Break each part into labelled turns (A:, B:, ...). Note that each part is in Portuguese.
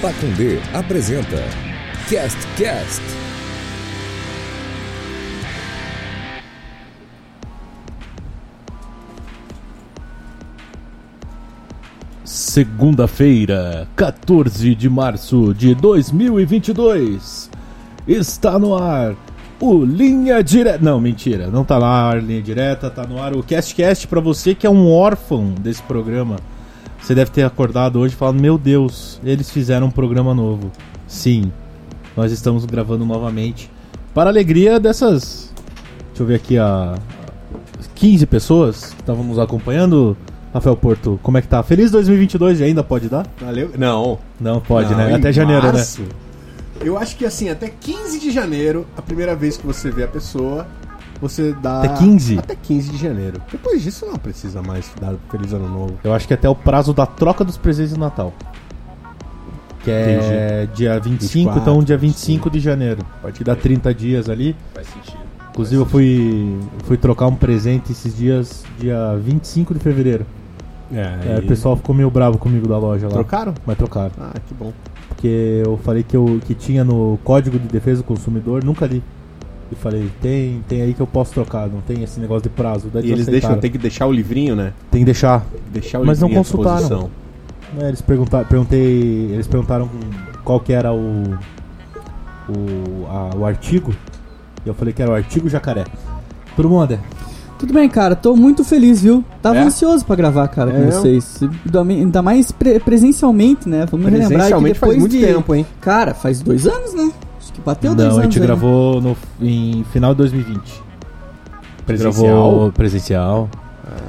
A: Pacundê apresenta Cast Cast.
B: Segunda-feira, 14 de março de 2022. Está no ar o Linha Direta. Não, mentira, não tá no ar Linha Direta, tá no ar o CastCast para você que é um órfão desse programa. Você deve ter acordado hoje falando: Meu Deus, eles fizeram um programa novo. Sim, nós estamos gravando novamente. Para a alegria dessas. Deixa eu ver aqui a. 15 pessoas que estavam nos acompanhando. Rafael Porto, como é que tá? Feliz 2022 e ainda pode dar?
C: Valeu. Não.
B: Não, pode,
C: Não,
B: né?
C: em
B: Até janeiro, né?
C: março. Eu acho que assim, até 15 de janeiro, a primeira vez que você vê a pessoa, você dá.
B: Até 15?
C: Até 15 de janeiro. Depois disso não precisa mais dar feliz ano novo.
B: Eu acho que até o prazo da troca dos presentes de Natal. Que é dia 25,
C: 24,
B: então dia 25 de janeiro. Pode dar 30 dias ali.
D: Faz sentido.
B: Inclusive eu fui, fui trocar um presente esses dias, dia 25 de fevereiro. É, o
C: e-
B: pessoal ficou meio bravo comigo da loja lá.
C: Trocaram?
B: Mas trocaram.
C: Ah, que bom.
B: Porque eu falei que, eu, que tinha no Código de Defesa do Consumidor, nunca li. E falei, tem, tem aí que eu posso trocar, não tem esse negócio de prazo. Daí
C: E eles deixam,
B: aceitaram.
C: tem que deixar o livrinho, né?
B: tem que deixar.
C: Deixar o
B: Mas não
C: livrinho à
B: consultaram.
C: disposição.
B: É, eles perguntaram, perguntei, eles perguntaram qual que era o o, a- o artigo. E eu falei que era o artigo jacaré. Tudo bom, André?
E: Tudo bem, cara. Tô muito feliz, viu? Tava
C: É?
E: ansioso pra gravar, cara,
C: É
E: com vocês. Ainda me- Ainda mais pre- presencialmente, né? Vamos
B: é
E: lembrar que
C: Presencialmente faz
E: depois
C: muito
E: de-
C: tempo, hein?
E: Cara, faz dois anos, né? Acho que bateu dois
B: Não,
E: anos.
B: a gente
E: aí, né?
B: gravou no, em final de 2020. Gravou
C: Presencial?
B: presencial.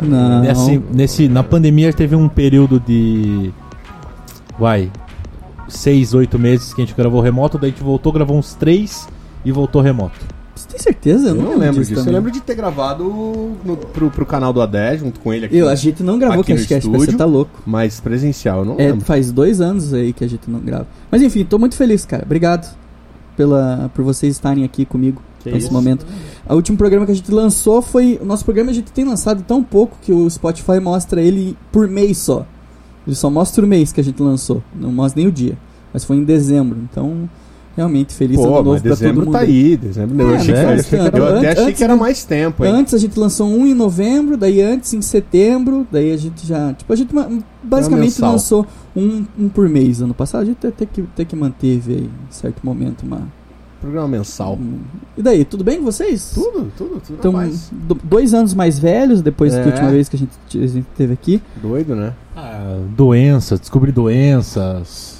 E: Não.
C: É assim.
B: Nesse, nesse, na pandemia teve um período de. Vai. Seis, oito meses que a gente gravou remoto, daí a gente voltou, gravou uns três e voltou remoto.
E: Você tem certeza?
C: Eu não lembro disso. Eu
E: também.
C: lembro de ter gravado no- pro, pro canal do Adé, junto com ele aqui.
E: Eu, a gente não gravou
C: Aqui no
E: Cashcast,
C: estúdio.
E: você tá louco.
C: Mas presencial, eu não
E: É,
C: lembro.
E: faz dois anos aí que a gente não grava. Mas enfim, tô muito feliz, cara. Obrigado pela, por vocês estarem aqui comigo nesse
C: É isso.
E: momento. O último programa que a gente lançou foi. O nosso programa a gente tem lançado tão pouco que o Spotify mostra ele por mês só. Ele só mostra o mês que a gente lançou. Não mostra nem o dia. Mas foi em dezembro. Então, realmente, feliz
C: Pô,
E: ano novo
C: mas
E: pra todo
C: dezembro
E: mundo.
C: tá aí, dezembro. Eu
E: É,
C: achei que
B: né?
C: era-
B: Antes-
C: eu até achei
E: antes-
C: que era mais tempo, hein?
E: Antes a gente lançou um em novembro, daí antes em setembro, daí a gente já. Tipo, a gente ma- basicamente
C: mensal.
E: lançou um, um por mês ano passado. A gente até que, até que manteve aí, em certo momento, uma.
C: Programa mensal.
E: um- E daí, tudo bem com vocês?
C: Tudo, tudo, tudo.
E: Então,
C: rapaz.
E: do- dois anos mais velhos, depois
C: É.
E: da última vez que a gente, te- a gente teve aqui.
C: Doido, né?
B: Ah, doenças, descobri doenças.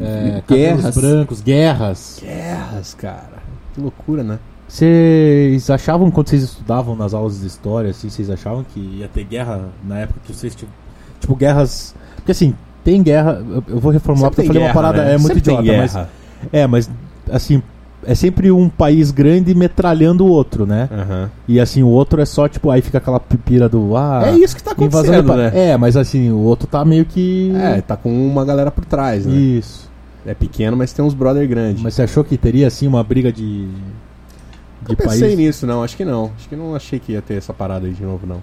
B: É, guerras.
E: guerras.
B: brancos, guerras.
C: Guerras, cara. Que loucura, né?
B: Vocês achavam, quando vocês estudavam nas aulas de história, assim, vocês achavam que ia ter guerra na época que vocês tipo, tipo guerras. Porque assim, tem guerra. eu- Eu vou reformular
C: Sempre
B: porque eu falei
C: tem
B: uma
C: guerra,
B: parada,
C: né?
B: é muito
C: Sempre tem
B: idiota, mas.
C: guerra.
B: É, mas assim, é sempre um país grande metralhando o outro, né?
C: Aham.
B: E assim, o outro é só, tipo, aí fica aquela pipira do. Ah,
C: É isso que tá
B: invasão de
C: acontecendo,
B: pa-
C: né?
B: É, mas assim, o outro tá meio que.
C: É, tá com uma galera por trás, né?
B: Isso.
C: É pequeno, mas tem uns brother grandes.
B: Mas você achou que teria, assim, uma briga de. de
C: Eu pensei nisso, não. Acho que não. Acho que não achei que ia ter essa parada aí de novo, não.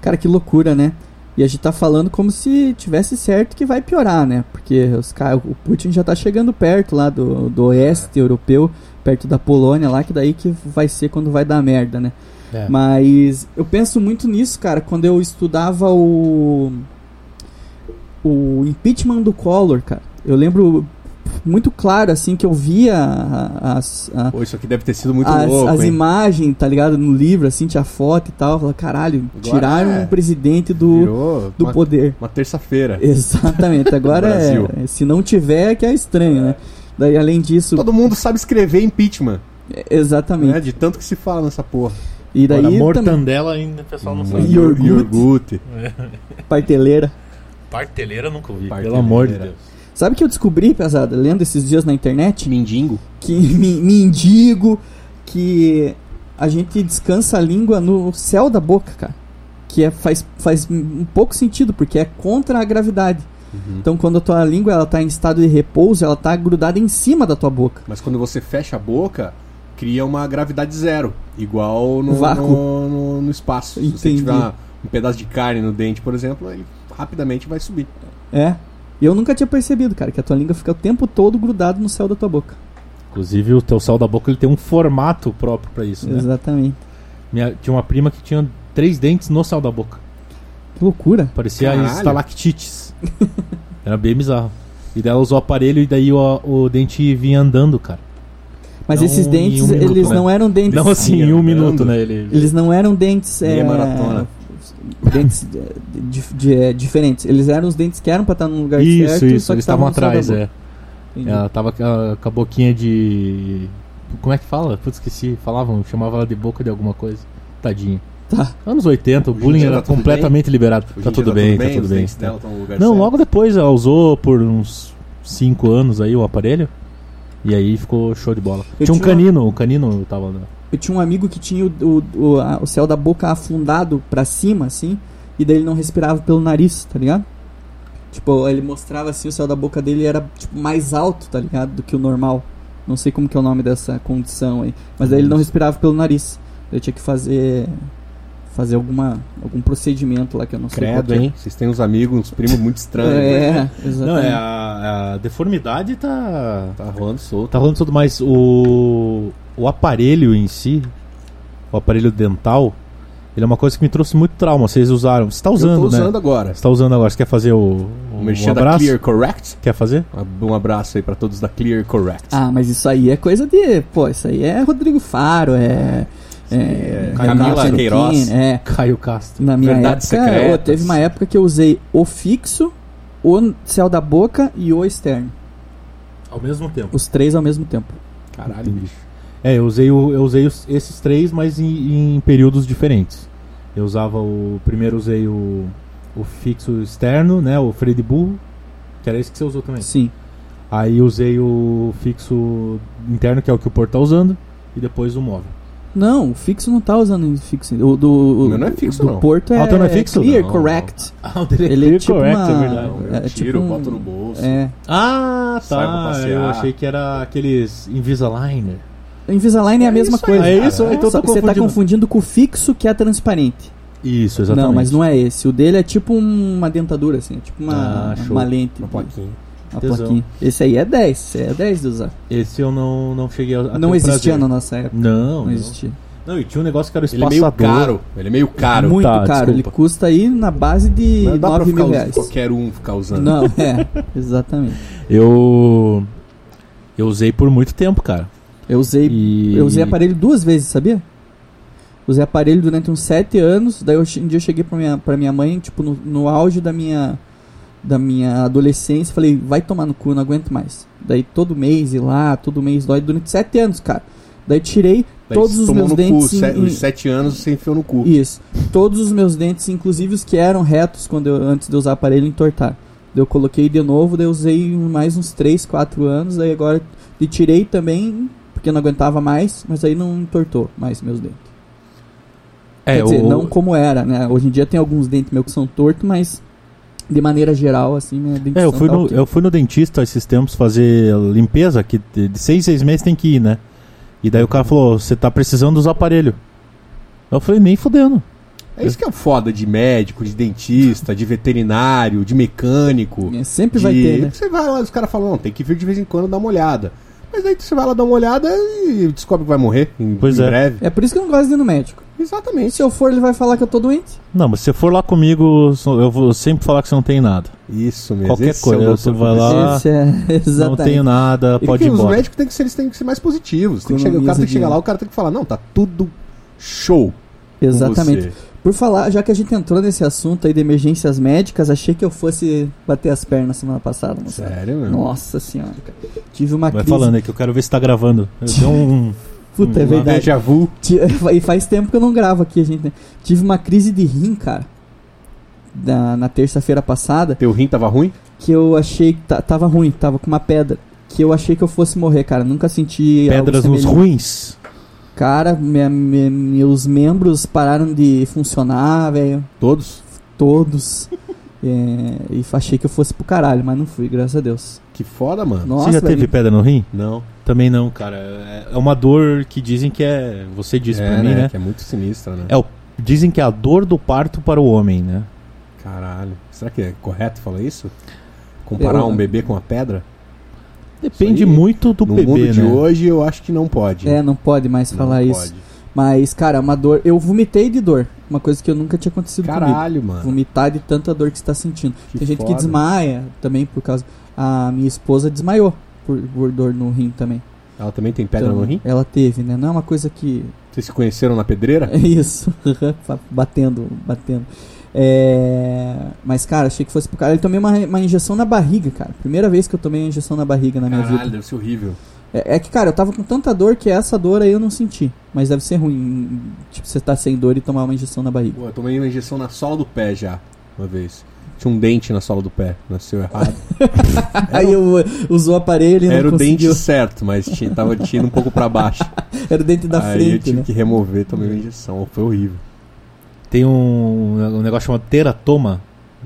E: Cara, que loucura, né? E a gente tá falando como se tivesse certo que vai piorar, né? Porque os ca- o Putin já tá chegando perto lá do, do oeste
B: É.
E: europeu, perto da Polônia lá, que daí que vai ser quando vai dar merda, né?
B: É.
E: Mas eu penso muito nisso, cara, quando eu estudava o. O impeachment do Collor, cara. Eu lembro muito claro, assim, que eu via a- as, a-
C: Pô, isso aqui deve ter sido muito
E: as,
C: louco,
E: as
C: hein?
E: imagens, tá ligado? No livro, assim, tinha foto e tal. Eu Falava, caralho,
C: Agora
E: tiraram
C: é.
E: um presidente do,
C: Virou
E: do
C: uma,
E: poder.
C: uma terça-feira.
E: Exatamente, agora
C: No Brasil.
E: é. Se não tiver, é que é estranho, né? Daí, além disso,
C: Todo mundo sabe escrever impeachment,
E: exatamente.
C: né? De tanto que se fala nessa porra.
E: E daí,
B: Olha,
E: também,
B: mortandela ainda, o pessoal
C: Hum.
B: não sabe.
E: E Iogurte.
C: Iogurte.
B: É.
E: parteleira.
D: Parteleira eu nunca ouvi.
B: Pelo amor de
C: Parteleira.
B: Deus.
E: Sabe o que eu descobri, pesada, lendo esses dias na internet?
C: Mindingo.
E: que me, me indigo que a gente descansa a língua no céu da boca, cara. Que é, faz, faz um pouco sentido, porque é contra a gravidade.
B: Uhum.
E: Então, quando a tua língua ela tá em estado de repouso, ela tá grudada em cima da tua boca.
C: Mas quando você fecha a boca, cria uma gravidade zero. Igual no,
E: Vácuo.
C: no, no- no espaço. Se você
E: Entendi.
B: Tá
C: tiver uma- um pedaço de carne no dente, por exemplo, ele rapidamente vai subir.
E: É? E eu nunca tinha percebido, cara, que a tua língua fica o tempo todo grudado no céu da tua boca.
B: Inclusive, o teu sal da boca ele tem um formato próprio pra isso, né?
E: Exatamente.
B: Minha- tinha uma prima que tinha três dentes no sal da boca.
E: Que loucura.
B: Parecia
F: Caralho.
B: estalactites. Era bem bizarro. E daí ela usou o aparelho e daí o, o dente vinha andando, cara.
E: Mas
B: Não,
E: esses
B: em
E: dentes,
B: um minuto,
E: eles
B: né?
E: não eram dentes.
B: Não assim, em um
F: andando.
B: minuto, né? Ele...
E: Eles não eram dentes.
C: Meia
E: é,
C: maratona.
E: Dentes de- de- de- é, diferentes. Eles eram os dentes que eram pra estar num lugar
B: Isso,
E: certo.
B: isso,
E: só que tá
B: eles estavam
E: no céu da
B: atrás,
E: boca.
B: é.
E: Entendi.
B: Ela tava com a, com a boquinha de. Como é que fala? Putz, esqueci. Falavam, chamava ela de boca de alguma coisa. Tadinha.
E: Tá.
B: Anos 80, o
C: Hoje em
B: bullying
C: dia
B: era
C: tá tudo
B: completamente liberado.
C: Hoje
B: tá
C: em dia
B: tudo bem, tá
C: os
B: tudo bem.
C: dentes dela estão no lugar
B: Não,
C: certo.
B: logo depois ela usou por uns 5 anos aí o aparelho. E aí ficou show de bola.
E: Eu
B: tinha um
E: tinha-
B: canino, o canino tava. né?
E: Eu tinha um amigo que tinha o, o, o, a- o céu da boca afundado pra cima, assim, e daí ele não respirava pelo nariz, tá ligado? Tipo, ele mostrava assim, o céu da boca dele era tipo, mais alto, tá ligado? Do que o normal. Não sei como que é o nome dessa condição aí. Mas daí ele não
B: Uhum.
E: respirava pelo nariz. Eu tinha que fazer. Fazer alguma, algum procedimento lá que eu não sei qual
C: Credo,
E: que é.
C: hein? Vocês têm uns amigos, uns primos muito estranhos. né?
E: É, exatamente.
B: Não, é a, a deformidade tá.
C: Tá rolando solto.
B: Tá rolando tudo, mas o, o aparelho em si, o aparelho dental, ele é uma coisa que me trouxe muito trauma. Vocês usaram. Você tá usando,
C: Eu tô
B: né?
C: usando agora.
B: Você tá usando agora. Você quer fazer o, o
C: O
B: um
C: merchan da
B: abraço?
C: Clear Correct.
B: Quer fazer?
C: Um abraço aí pra todos da Clear Correct.
E: Ah, mas isso aí é coisa de. Pô, isso aí é Rodrigo Faro, é. é
C: Camila
E: Renato Cerqueira,
C: Queiroz.
E: É.
B: Caio Castro.
E: Na minha
C: Verdades
E: época,
C: secretas.
E: ô, teve uma época que eu usei o fixo, o céu da boca e o externo.
D: Ao mesmo tempo.
E: Os três ao mesmo tempo.
C: Caralho, bicho.
B: É, eu usei, o- eu usei os- esses três, mas em, em períodos diferentes. Eu usava o. Primeiro usei o, o fixo externo, né? O freio de burro. Que era esse que você usou também.
E: Sim.
B: Aí usei o fixo interno, que é o que o Porto tá usando. E depois o móvel.
E: Não, o fixo não tá usando fixo. O do, o,
C: O meu não é fixo,
E: do
C: não.
E: Porto é,
B: Ah, o teu não é fixo?
E: clear,
B: Não.
E: correct.
B: Ah, o dele
E: Ele é tipo
B: correct,
E: uma-
B: é verdade.
C: Não, Então, eu
E: É,
C: tiro,
E: tipo um-
C: boto no bolso.
E: É.
B: Ah,
C: Sai pra
B: tá.
C: passear.
B: Eu achei que era aqueles Invisaligner.
E: O Invisalign é, a mesma
B: isso aí,
E: coisa.
B: é isso?
E: cara.
B: Então eu tô
E: Só que você tá
B: confundindo.
E: confundindo com o fixo que é transparente.
B: Isso,
E: Não, mas não é esse. O dele é tipo uma dentadura, assim. É tipo uma,
B: Ah, show.
E: uma lente.
C: Uma plaquinha.
E: Uma
B: Tesão.
E: plaquinha. Esse aí é 10. Esse aí é 10 de usar.
B: Esse eu não, não cheguei a. a ter
E: não
B: o
E: existia
B: Ah, prazer.
E: na nossa época.
B: Não,
E: Não
B: não.
E: existia.
B: Não, e tinha um negócio que era o
C: Ele é meio
B: espaçador.
C: caro. Ele é meio caro.
E: Muito
B: Tá,
E: caro.
B: desculpa.
E: Ele custa aí na base de
C: Não dá pra
E: 9
C: ficar
E: mil
C: us-
E: reais.
C: qualquer um ficar usando.
E: Não, é, exatamente.
B: Eu. Eu usei por muito tempo, cara.
E: Eu usei,
B: E-
E: eu usei aparelho duas vezes, sabia? Usei aparelho durante uns 7 anos, daí eu, che- um dia eu cheguei pra minha, pra minha mãe, tipo, no, no auge da minha, da minha adolescência, falei, vai tomar no cu, não aguento mais. Daí todo mês ir lá, todo mês dói, durante 7 anos, cara. Daí tirei
C: Daí
E: todos
C: você
E: os
C: tomou
E: meus
C: no
E: dentes
C: Cu,
E: em-
C: sete,
E: em-
C: Os sete anos você enfiou no
B: tipo,
C: cu.
E: Isso. Todos os meus dentes, inclusive os que eram retos quando eu, antes de usar aparelho, entortaram. Eu coloquei de novo, daí eu usei um, mais uns 3, 4 anos, aí agora e tirei também, porque eu não aguentava mais, mas aí não entortou mais meus dentes.
B: É,
E: Quer dizer,
B: eu-
E: não como era, né? Hoje em dia tem alguns dentes meus que são tortos, mas de maneira geral, assim, minha
B: É,
E: dentição
B: eu fui,
E: tá
B: no,
E: ok.
B: eu fui no dentista esses tempos fazer limpeza, que de de seis, seis meses tem que ir, né? E daí o cara falou, você tá precisando dos aparelhos. Eu falei, nem fudendo.
C: É isso que é o foda de médico, de dentista, de veterinário, de mecânico.
E: É, Sempre
C: de-
E: vai ter, né?
C: Você vai lá, os caras falam, não, tem que vir de vez em quando dar uma olhada. Mas aí você vai lá dar uma olhada e descobre que vai morrer em,
B: Pois
C: em
B: é.
C: breve.
E: É por isso que eu não gosto de ir no médico.
C: Exatamente.
E: Se eu for, ele vai falar que eu tô doente.
B: Não, mas se você for lá comigo, so- eu vou sempre falar que você não tem nada.
C: Isso mesmo.
B: Qualquer
C: esse
B: coisa,
C: é o
B: você
C: doutor
B: vai lá, Ah,
E: Esse é-
B: Não
E: exatamente.
B: tenho nada,
C: É
B: pode
C: que
B: ir
C: os
B: embora.
C: médicos têm que ser, eles têm que ser mais positivos. Tem que chegar, o cara
E: Economiza
C: tem que chegar
E: dinheiro.
C: lá, o cara tem que falar, não, tá tudo show. com
E: Exatamente.
C: você.
E: Por falar, já que a gente entrou nesse assunto aí de emergências médicas, achei que eu fosse bater as pernas semana passada, moçada.
C: Sério, meu?
E: Nossa senhora, cara. Tive uma
B: Vai
E: crise.
B: falando aí que eu quero ver se tá gravando. Eu dei um.
E: Puta, é
B: Vamos lá.
E: verdade.
C: Déjà vu.
E: Ti- E faz tempo que eu não gravo aqui, a gente. né? Tive uma crise de rim, cara. Da, na terça-feira passada,
C: Teu rim tava ruim?
E: que eu achei que ta- tava ruim, tava com uma pedra. Que eu achei que eu fosse morrer, cara. Nunca senti. algo
B: Pedras nos
E: semelhante.
B: ruins.
E: Cara, minha- minha- meus membros pararam de funcionar, velho.
C: Todos?
E: todos. É, e achei que eu fosse pro caralho, mas não fui, graças a Deus.
C: Que foda, mano.
E: Nossa,
B: você já
E: velho,
B: teve pedra no rim?
C: Não.
B: Também não, cara. É- É uma dor que dizem que é. Você disse pra mim, né?
C: Que é muito sinistra, né?
B: É o... Dizem que é a dor do parto para o homem, né?
C: Caralho. Será que é correto falar isso? Comparar
E: Eu-
C: um bebê com uma pedra?
B: Depende
C: Isso aí,
B: muito do
C: no
B: bebê,
C: mundo de
B: né?
C: hoje, eu acho que não pode.
E: É, não pode mais
C: Não
E: falar
C: pode.
E: isso. Mas, cara, uma dor. Eu vomitei de dor. Uma coisa que eu nunca tinha acontecido comigo.
C: Caralho, mano.
E: Vomitar de tanta dor que você tá sentindo.
C: Que
E: Tem gente
C: foda.
E: que desmaia também por causa. A minha esposa desmaiou por, por dor no rim também.
C: Ela também tem pedra
E: Então,
C: no rim?
E: Ela teve, né? Não é uma coisa que.
C: Vocês se conheceram na pedreira?
E: É isso. batendo, batendo. É... Mas, cara, achei que fosse pro cara. Eu tomei uma, uma injeção na barriga, cara. Primeira vez que eu tomei uma injeção na barriga na minha vida.
C: deve ser horrível.
E: É, é que, cara, eu tava com tanta dor que essa dor aí eu não senti. Mas deve ser ruim. Tipo, você tá sem dor e tomar uma injeção na barriga.
C: Pô, eu tomei uma injeção na sola do pé já, uma vez. Tinha um dente na sola do pé, nasceu errado.
E: Aí eu usou o aparelho e não
C: Era o
E: conseguiu.
C: dente certo, mas tinha, tava tinha um pouco pra baixo.
E: Era o dente da
C: Aí eu
E: frente,
C: tive
E: né?
C: que remover, tomei uma injeção. Foi horrível.
B: Tem um, um negócio chamado teratoma.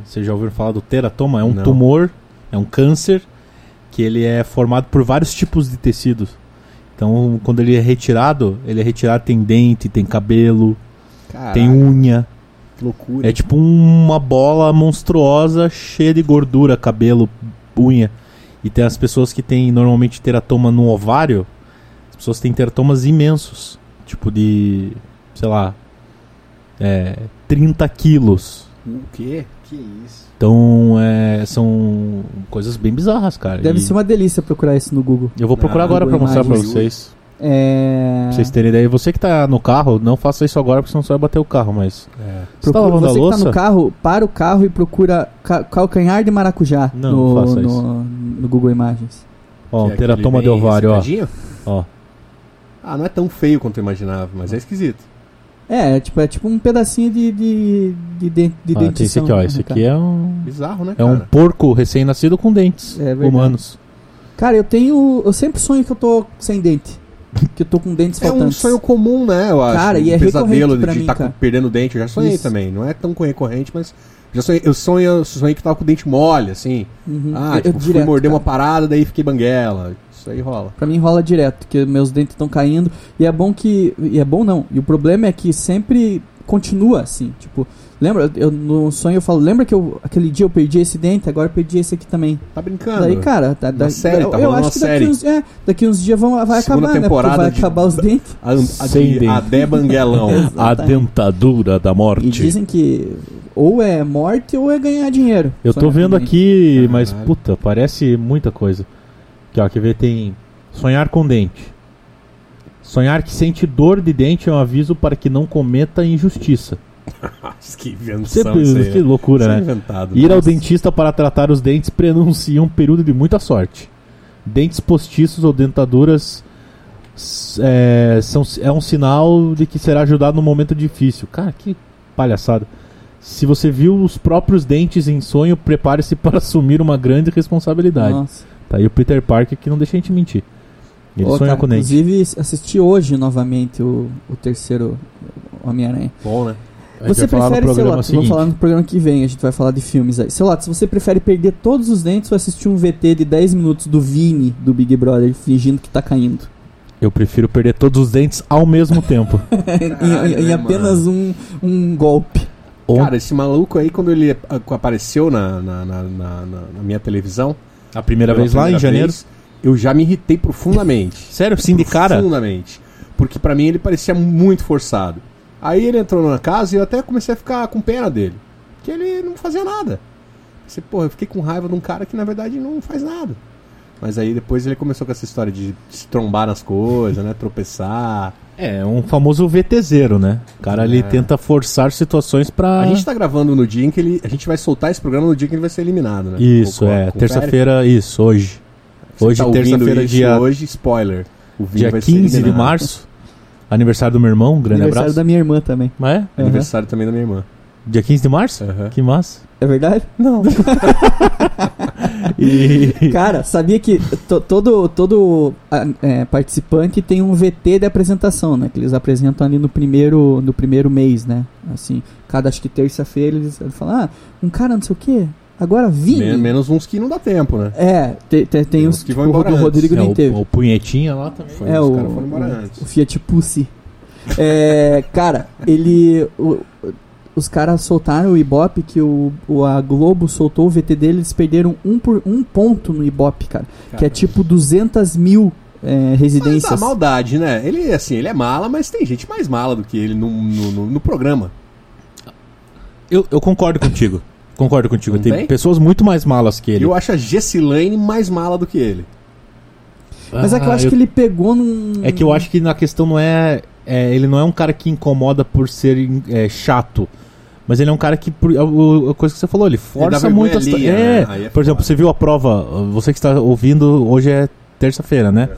B: Vocês já ouviram falar do teratoma? É um
C: Não.
B: tumor, é um câncer que ele é formado por vários tipos de tecidos. Então, quando ele é retirado, ele é retirado tem dente, tem cabelo,
C: Cara,
B: tem unha.
C: que loucura.
B: É tipo uma bola monstruosa cheia de gordura, cabelo, unha. E tem as pessoas que têm normalmente teratoma no ovário, as pessoas têm teratomas imensos. Tipo de, sei lá, é, 30 quilos.
C: O quê? Que isso?
B: Então é, são coisas bem bizarras, cara.
E: Deve
B: E
E: ser uma delícia procurar isso no Google.
B: Eu vou procurar
C: Ah,
B: agora pra
E: Google
B: mostrar pra
E: Imagens.
B: vocês.
E: É.
B: Pra vocês terem ideia. Você que tá no carro, não faça isso agora, porque senão você vai bater o carro, mas...
C: É.
B: Você tá
E: procura-
B: lavando a
E: você que
B: louça?
E: tá no carro, para o carro e procura ca- calcanhar de maracujá
B: Não,
E: no,
B: não faça
E: no-
B: isso.
E: no Google Imagens.
B: Ó,
C: Que é
B: teratoma de
C: aquele bem
B: ovário, ó.
C: riscadinho?
B: Ó.
C: Ah, não é tão feio quanto eu imaginava, mas é esquisito.
E: É, é tipo, é tipo um pedacinho de, de, de, de, de
B: Ah, tem esse
E: dentição,
B: aqui, ó.
E: né,
B: Esse
E: cara?
B: aqui é um...
C: Bizarro, né,
B: É um porco recém-nascido com dentes
E: É verdade.
B: humanos.
E: Cara, eu tenho. Eu sempre sonho que eu tô sem dente. Que eu tô com dentes
C: É um
E: faltantes.
C: sonho comum, né? Eu acho.
E: Cara,
C: um
E: e é
C: pesadelo
E: recorrente pra
C: de
E: mim,
C: tá
E: cara.
C: com- perdendo dente. Eu já sonhei
E: Isso.
C: também. Não é tão recorrente, mas já sonhei, eu sonhei, eu sonhei que tava com o dente mole, assim.
E: Uhum.
C: Ah,
E: Eu- eu
C: tipo, fui
E: direto,
C: morder
E: cara.
C: uma parada, daí fiquei banguela. Isso aí rola.
E: Pra mim rola direto, que meus dentes estão caindo. E é bom que. E é bom não. E o problema é que sempre continua assim. Tipo, lembra? Eu, no sonho eu falo, lembra que eu, aquele dia eu perdi esse dente, agora eu perdi esse aqui também.
C: Tá brincando?
E: Daí, cara, tá, da,
C: série,
E: eu,
C: tá
E: eu
C: rolando
E: acho
C: uma
E: que daqui
C: série.
E: uns, é, daqui uns dias vão,
C: Segunda
E: vai acabar, né? Porque
C: temporada
E: vai
C: de-
E: acabar os dentes.
C: a, a,
B: Sem
C: de- a
B: dente.
C: Dé é Banguelão.
B: A
E: Exatamente.
B: dentadura da
E: E
B: morte.
E: dizem que ou é morte ou é ganhar dinheiro.
B: Eu
E: Só
B: tô
E: não é
B: vendo
E: também.
B: aqui,
C: Caralho.
B: mas puta, parece muita coisa. Aqui, ó, quer ver? Tem sonhar com dente. Sonhar que sente dor de dente é um aviso para que não cometa injustiça.
C: Nossa, que
B: Você,
C: invenção isso aí,
B: que
C: né?
B: loucura,
C: Isso é
B: né?
C: inventado.
B: Ir ao dentista para tratar os dentes prenuncia um período de muita sorte. Dentes postiços ou dentaduras s- é, são, é um sinal de que será ajudado num momento difícil. Cara, que palhaçada. Se você viu os próprios dentes em sonho, prepare-se para assumir uma grande responsabilidade.
E: Nossa.
B: Tá aí o Peter Parker que não deixa a gente mentir. Ele
E: Ô,
B: sonha
E: cara,
B: com dente.
E: Inclusive, assisti hoje novamente o, o terceiro Homem-Aranha.
C: Bom, né?
B: A gente
E: Você
B: vai falar
E: prefere,
B: no
E: seu
B: programa
E: Lato, vamos
B: seguinte.
E: falar no programa que vem, a gente vai falar de filmes aí. Seu Lato, se você prefere perder todos os dentes ou assistir um VT de 10 minutos do Vini, do Big Brother, fingindo que tá caindo?
B: Eu prefiro perder todos os dentes ao mesmo tempo.
E: em em- em
C: né,
E: apenas um, um golpe.
C: Cara, esse maluco aí, quando ele a- apareceu na, na, na, na- na- na minha televisão...
B: a primeira
C: pela
B: vez lá em
C: primeira
B: janeiro.
C: vez, eu já me irritei profundamente.
B: Sério, sim, de cara.
C: Profundamente. Porque pra mim ele parecia muito forçado. Aí ele entrou na casa e eu até comecei a ficar com pena dele. Que ele não fazia nada. Pensei, porra, eu fiquei com raiva de um cara que na verdade não faz nada. Mas aí depois ele começou com essa história de se trombar nas coisas, né? Tropeçar.
B: É, um famoso VTZero, né? O cara ele
C: É.
B: tenta forçar situações pra.
C: A gente tá gravando no dia em que ele. A gente vai soltar esse programa no dia que ele vai ser eliminado, né?
B: Isso,
C: Com- com-
B: é.
C: com o
B: Terça-feira, isso, hoje.
C: Pérez. Você
B: Hoje,
C: tá ouvindo
B: terça-feira,
C: isso
B: dia,
C: Hoje, spoiler. O Vini
B: dia
C: vai ser
B: 15 de
C: eliminado.
B: março. Aniversário do meu irmão, um grande
E: Aniversário
B: abraço.
E: da minha irmã também.
B: Mas é?
C: Aniversário também da minha irmã.
B: Dia 15 de março?
C: Aham.
B: Que massa.
E: É verdade?
B: Não. e.
E: Cara, sabia que to- todo, todo ah, é, participante tem um VT de apresentação, né? Que eles apresentam ali no primeiro, no primeiro mês, né? Assim, cada acho que terça-feira eles falam, ah, um cara não sei o quê, agora Vini.
C: Men- menos uns que não dá tempo, né?
E: É, te- te- tem,
C: Tem
E: os
C: uns
E: que
C: que
E: tipo,
C: vão embora
E: o
C: antes.
E: Rodrigo
B: É,
E: nem teve.
B: o, o punhetinha lá também.
C: Foi,
E: É,
C: os
E: o-
C: caras foram embora
E: o-
C: antes.
E: O Fiat Pussy. É, cara, ele. o- os caras soltaram o Ibope, que o, o- a Globo soltou o VT dele, eles perderam um, por, um ponto no Ibope, cara. Que é tipo 200 mil é,
C: Mas dá
E: residências.
C: maldade, né? Ele, assim, ele é mala, mas tem gente mais mala do que ele no, no, no- no programa.
B: Eu, eu concordo contigo. Concordo contigo.
C: Não
B: Tem,
C: tem?
B: pessoas muito mais malas que ele.
C: Eu acho a Gessilane mais mala do que ele.
E: Mas é que eu
B: Ah,
E: acho que ele pegou num.
B: É que eu acho que na questão não é, é, Ele não é um cara que incomoda por ser é, chato. Mas ele é um cara que. Por, a, o- a coisa que você falou, ele
C: dá
B: força
C: vergonha
B: muito as.
C: alheia,
B: É,
C: né? Aí é
B: por exemplo,
C: foda.
B: você viu a prova. Você que está ouvindo, hoje é terça-feira, né?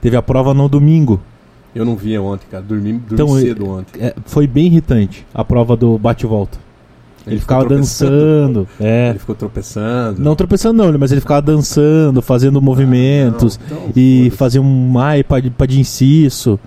B: Teve a prova no domingo.
C: Eu não via ontem, cara. Dormi, dormi
B: Então,
C: cedo ontem.
B: É, foi bem irritante a prova do bate-volta. Ele, ficava
C: ficou tropeçando.
B: dançando. É.
C: Ele ficou tropeçando.
B: Não tropeçando não, né, mas ele ficava dançando, fazendo movimentos
C: então,
B: e
C: foda-se.
B: fazia um ai pra, de- pra de inciso,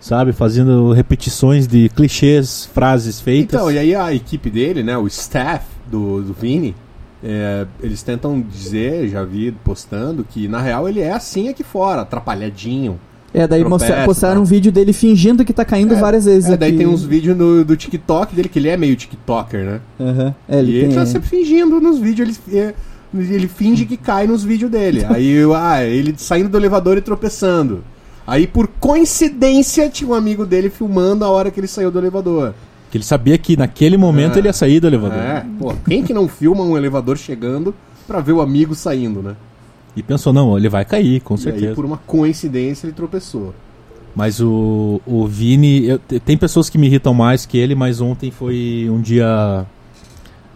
B: sabe? Fazendo repetições de clichês, frases feitas.
C: Então, e aí a equipe dele, né, o staff do, do Vini, é, eles tentam dizer, já vi postando, que na real ele é assim aqui fora, atrapalhadinho.
E: É, daí
C: Tropeça,
E: mostra- postaram
C: tá?
E: um vídeo dele fingindo que tá caindo várias vezes.
C: É, daí
E: aqui.
C: tem uns vídeos no- do TikTok dele, que ele é meio TikToker, né?
E: Aham. É, ele
C: e ele
E: tem-
C: tá sempre fingindo nos vídeos, ele, é, ele finge que cai nos vídeos dele. Aí eu- ah, ele saindo do elevador e tropeçando. Aí, por coincidência, tinha um amigo dele filmando a hora que ele saiu do elevador.
B: Que ele sabia que naquele momento
C: É.
B: ele ia sair do elevador.
C: É, pô, quem que não filma um elevador chegando pra ver o amigo saindo, né?
B: E pensou, não, ele vai cair, com
C: E aí,
B: certeza.
C: por uma coincidência, ele tropeçou.
B: Mas o, o Vini. eu- te- tem pessoas que me irritam mais que ele, mas ontem foi um dia.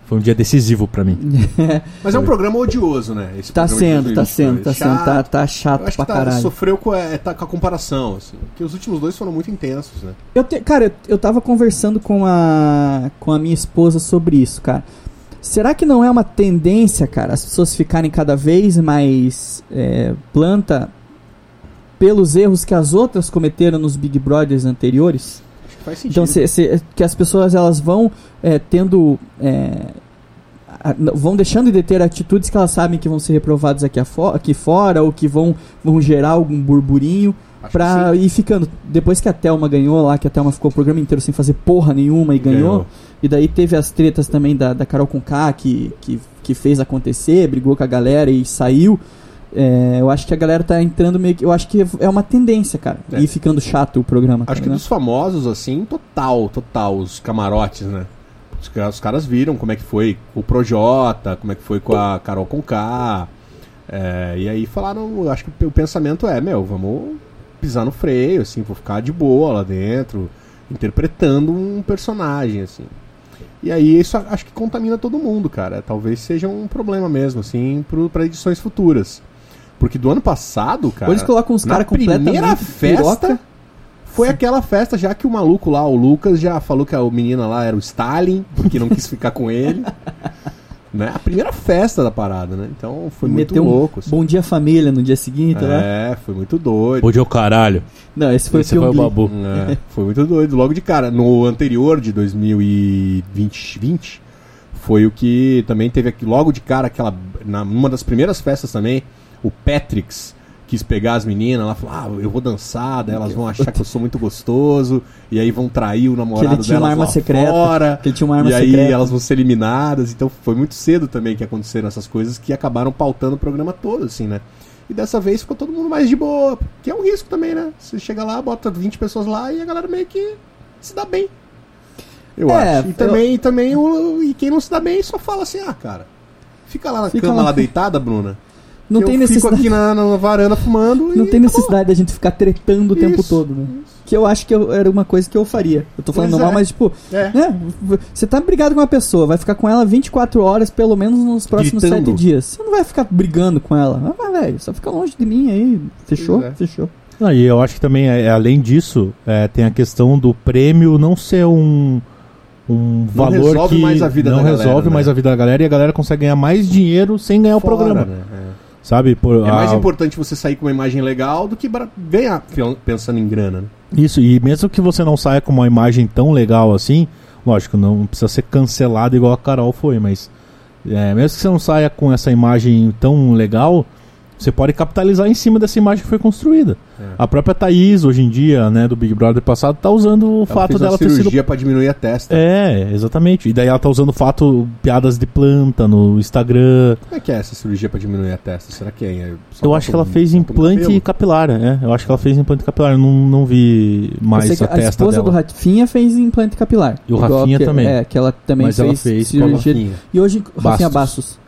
B: Foi um dia decisivo pra mim.
C: Mas é um programa odioso, né? Esse
E: Tá
C: programa de
E: sendo, tá
C: 2022.
E: sendo, tá sendo. Tá,
C: né? Chato.
E: tá
C: Eu
E: chato
C: acho que
E: pra
C: tá-
E: caralho.
C: sofreu com a, tá com a comparação, assim. Porque os últimos dois foram muito intensos, né?
E: Eu te- cara, eu- eu tava conversando com a, com a minha esposa sobre isso, cara. Será que não é uma tendência, cara, as pessoas ficarem cada vez mais é, planta pelos erros que as outras cometeram nos Big Brothers anteriores?
C: Acho que faz
E: Então,
C: sentido.
E: se- se- que as pessoas elas vão é, tendo. é, a- n- vão deixando de ter atitudes que elas sabem que vão ser reprovadas aqui, afo- aqui fora ou que vão, vão gerar algum burburinho
C: Acho que
E: pra ir ficando. Depois que a Thelma ganhou lá, que a Thelma ficou o programa inteiro sem fazer porra nenhuma e ganhou.
C: Ganhou.
E: E daí teve as tretas também da, da Carol Conká que, que, que fez acontecer, brigou com a galera e saiu. É, eu acho que a galera tá entrando meio que. Eu acho que é uma tendência, cara.
C: É.
E: Ir ficando chato o programa.
C: Acho
E: cara,
C: que
E: né?
C: dos famosos, assim, total, total, os camarotes, né? Os, ca- os caras viram como é que foi com o Projota, como é que foi com a Carol Conká. É, e aí falaram, eu acho que o pensamento é, meu, vamos pisar no freio, assim, vou ficar de boa lá dentro, interpretando um personagem, assim. E aí isso a- acho que contamina todo mundo, cara. Talvez seja um problema mesmo, assim, pro, pra edições futuras. Porque do ano passado, cara.
E: Ou eles colocam uns
C: Na
E: caras completamente
C: primeira festa
E: piroca.
C: foi aquela festa já que o maluco lá, o Lucas, já falou que a menina lá era o Stalin, porque não quis ficar com ele. né? A primeira festa da parada, né? Então foi muito
E: Meteu um
C: louco. assim.
E: Bom dia família no dia seguinte, né?
C: é, foi muito doido.
B: Hoje é o caralho.
E: Não, esse foi
B: Esse
E: o
B: foi o
E: Pyongyi.
B: babu.
C: É, foi muito doido. Logo de cara, no anterior de 2020, 20, foi o que também teve aqui, logo de cara, aquela. Na, numa das primeiras festas também, o Patrix quis pegar as meninas, ela falou: Ah, eu vou dançar, daí elas vão achar que eu sou muito gostoso, e aí vão trair o namorado
E: Que ele tinha uma
C: delas
E: arma
C: lá
E: secreta,
C: fora,
E: que ele tinha uma arma
C: e aí
E: secreta.
C: elas vão ser eliminadas. Então foi muito cedo também que aconteceram essas coisas que acabaram pautando o programa todo, assim, né? E dessa vez ficou todo mundo mais de boa, que é um risco também, né? Você chega lá, bota 20 pessoas lá e a galera meio que se dá bem. Eu
E: É,
C: acho. E
E: eu-
C: também, e também o, e quem não se dá bem só fala assim, ah, cara, fica lá na
E: Fica
C: cama
E: lá.
C: lá deitada, Bruna.
E: Não
C: eu
E: tem
C: fico
E: necessidade,
C: aqui na, na varanda fumando
E: não
C: e
E: tem
C: tá bom."
E: necessidade da gente ficar tretando o tempo
C: Isso,
E: todo, né?
C: isso.
E: Que eu acho que eu- era uma coisa que eu faria. Eu tô falando
C: Pois
E: normal,
C: é.
E: mas tipo,
C: É.
E: né? Você tá brigado com uma pessoa, vai ficar com ela 24 horas, pelo menos nos próximos
C: Gritando.
E: 7 dias. Você não vai ficar brigando com ela. Ah, velho, só fica longe de mim aí. Fechou?
C: Pois é.
E: Fechou.
B: Não, e eu acho que também, é, além disso, é, tem a questão do prêmio não ser um, um valor
C: resolve
B: que
C: mais a vida
B: não
C: da galera,
B: resolve mais
C: né?
B: a vida da galera e a galera consegue ganhar mais dinheiro sem ganhar o programa,
C: Né?
B: sabe? Por,
C: É. É
B: a-
C: mais importante você sair com uma imagem legal do que bra- ganhar fian- pensando em grana, né?
B: Isso, e mesmo que você não saia com uma imagem tão legal assim, lógico, não precisa ser cancelado igual a Carol foi, mas é, mesmo que você não saia com essa imagem tão legal, Você pode capitalizar em cima dessa imagem que foi construída.
C: É.
B: A própria Thaís, hoje em dia, né, do Big Brother passado, tá usando o
C: Ela
B: fato
C: fez
B: dela
C: uma
B: ter sido
C: cirurgia pra diminuir a testa.
B: é, exatamente. E daí ela tá usando fato piadas de planta no Instagram.
C: Como é que é essa cirurgia pra diminuir a testa? Será que é? é só
B: eu
C: pra
B: acho que ela
C: pôr-
B: fez
C: pra pôr
B: implante
C: pelo?
B: capilar, né? Eu acho que ela fez implante capilar. Eu não, não vi
E: Eu sei
B: mais
E: que
B: a
E: a
B: testa
E: esposa
B: dela.
E: do Rafinha fez implante capilar.
B: E o
E: Igual
B: Rafinha
E: que-
B: também.
E: É, que ela também
B: Mas
E: fez,
B: ela fez com a
E: cirurgia.
C: Rafinha.
E: E hoje, Rafinha Bastos.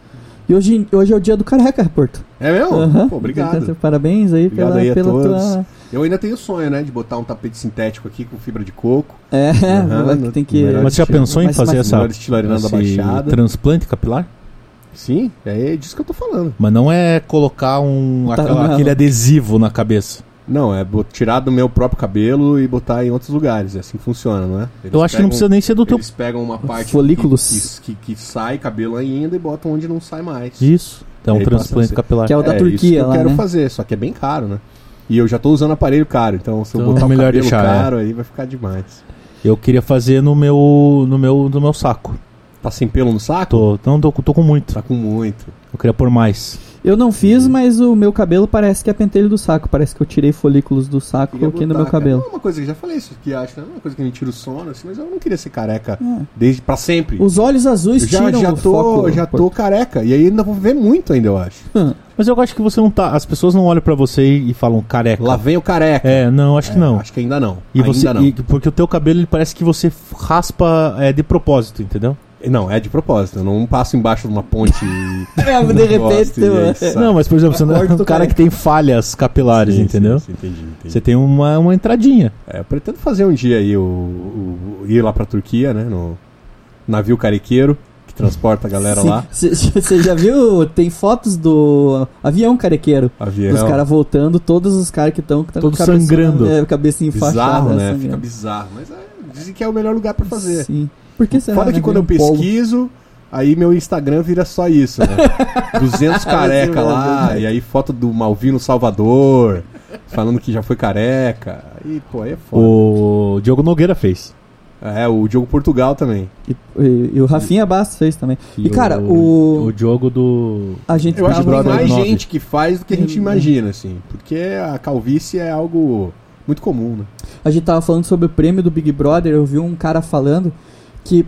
E: E hoje, hoje é o dia do careca, Porto.
C: É mesmo?
E: Aham.
C: Pô, obrigado.
E: Então, parabéns aí
C: Obrigado
E: pela,
C: aí a
E: pela
C: todos.
E: tua.
C: Eu ainda tenho o sonho, né, de botar um tapete sintético aqui com fibra de coco.
E: É,
C: Aham,
E: tem que.
C: melhor
B: Mas você já pensou em
E: Mas-
B: fazer
E: mas-
B: essa
C: Melhor estilarina da
B: esse
C: Baixada.
B: transplante capilar?
C: Sim, é disso que eu tô falando.
B: Mas não é colocar um
E: Tá,
B: aquela-
E: não.
B: aquele adesivo na cabeça.
C: Não, é bo- tirar do meu próprio cabelo e botar em outros lugares. É assim que funciona, não é? Eles
B: eu acho que não
C: pegam-
B: precisa nem ser do teu.
C: Eles pegam uma parte
E: Folículos.
C: Que, que, que sai cabelo ainda e botam onde não sai mais.
B: Isso. É um
C: Ele passa a
B: transplante
C: ser-
B: capilar.
E: Que é o da
C: isso
E: Turquia
C: que eu
E: lá,
C: quero
E: né?
C: fazer, só que é bem caro, né? E eu já tô usando aparelho caro, então se eu
B: Então,
C: botar um
B: melhor
C: cabelo
B: deixar,
C: caro aí vai ficar demais.
B: Eu queria fazer no meu no meu no meu saco.
C: Tá sem pelo no saco?
B: Tô, não tô, tô com muito.
C: Tá com muito.
B: Eu queria pôr mais.
E: Eu não
B: Uhum.
E: fiz, mas o meu cabelo parece que é pentelho do saco. Parece que eu tirei folículos do saco e
C: Queria
E: coloquei no
C: botar,
E: meu
C: cara.
E: cabelo.
C: Não é uma coisa que eu já falei isso aqui, acho, né? Não é uma coisa que me tira o sono, assim, mas eu não queria ser careca desde pra sempre.
E: É. Os olhos azuis
C: Eu já,
E: tiram
C: já
E: o
C: tô,
E: foco.
C: já
E: Porto. É,
C: tô careca. E aí ainda vou ver muito ainda, eu acho.
B: Mas eu acho que você não tá. As pessoas não olham pra você e e falam careca.
C: Lá vem o careca.
B: É, não, acho que não.
C: Acho que ainda não.
B: E
C: ainda
B: você,
C: não.
B: e- porque o teu cabelo ele parece que você raspa é, de propósito, entendeu?
C: Não, é de propósito. Eu não passo embaixo de uma ponte. e-
E: É, de repente.
C: Gosto, e é isso. Tá.
B: Não, mas por exemplo, você não é
E: Acordo
B: um
E: do
B: cara
E: cara.
B: que tem falhas capilares,
C: Sim,
B: entendeu?
C: sim, sim, entendi, entendi.
B: Você tem uma, uma entradinha.
C: É, eu pretendo fazer um dia aí o, o- o- ir lá pra Turquia, né? No navio carequeiro que transporta a galera lá.
E: Você já viu? Tem fotos do avião carequeiro.
C: Avião.
E: Os caras voltando, todos os caras que estão.
B: Todos sangrando.
E: É, cabeça enfaixada.
C: bizarro, né?
E: sangrando.
C: Fica bizarro. Mas é, dizem que é o melhor lugar pra fazer.
E: Sim. Por que será,
C: Foda
E: né?
C: que quando
E: Vira
C: eu
E: um polvo.
C: pesquiso, aí meu Instagram vira só isso, né?
E: é
C: 200 careca lá, e aí foto do Malvino Salvador, falando que já foi careca. Aí, pô, aí é foda.
B: O Diogo Nogueira fez.
C: É, o Diogo Portugal também.
E: E, e- e o Rafinha Bastos fez também. E, cara,
B: O
E: o.
B: Diogo do.
E: A gente
C: Eu acho que
E: tava-
B: Brother
C: mais
B: nove.
C: gente que faz do que a gente imagina, assim. Porque a calvície é algo muito comum, né?
E: A gente tava falando sobre o prêmio do Big Brother, eu vi um cara falando que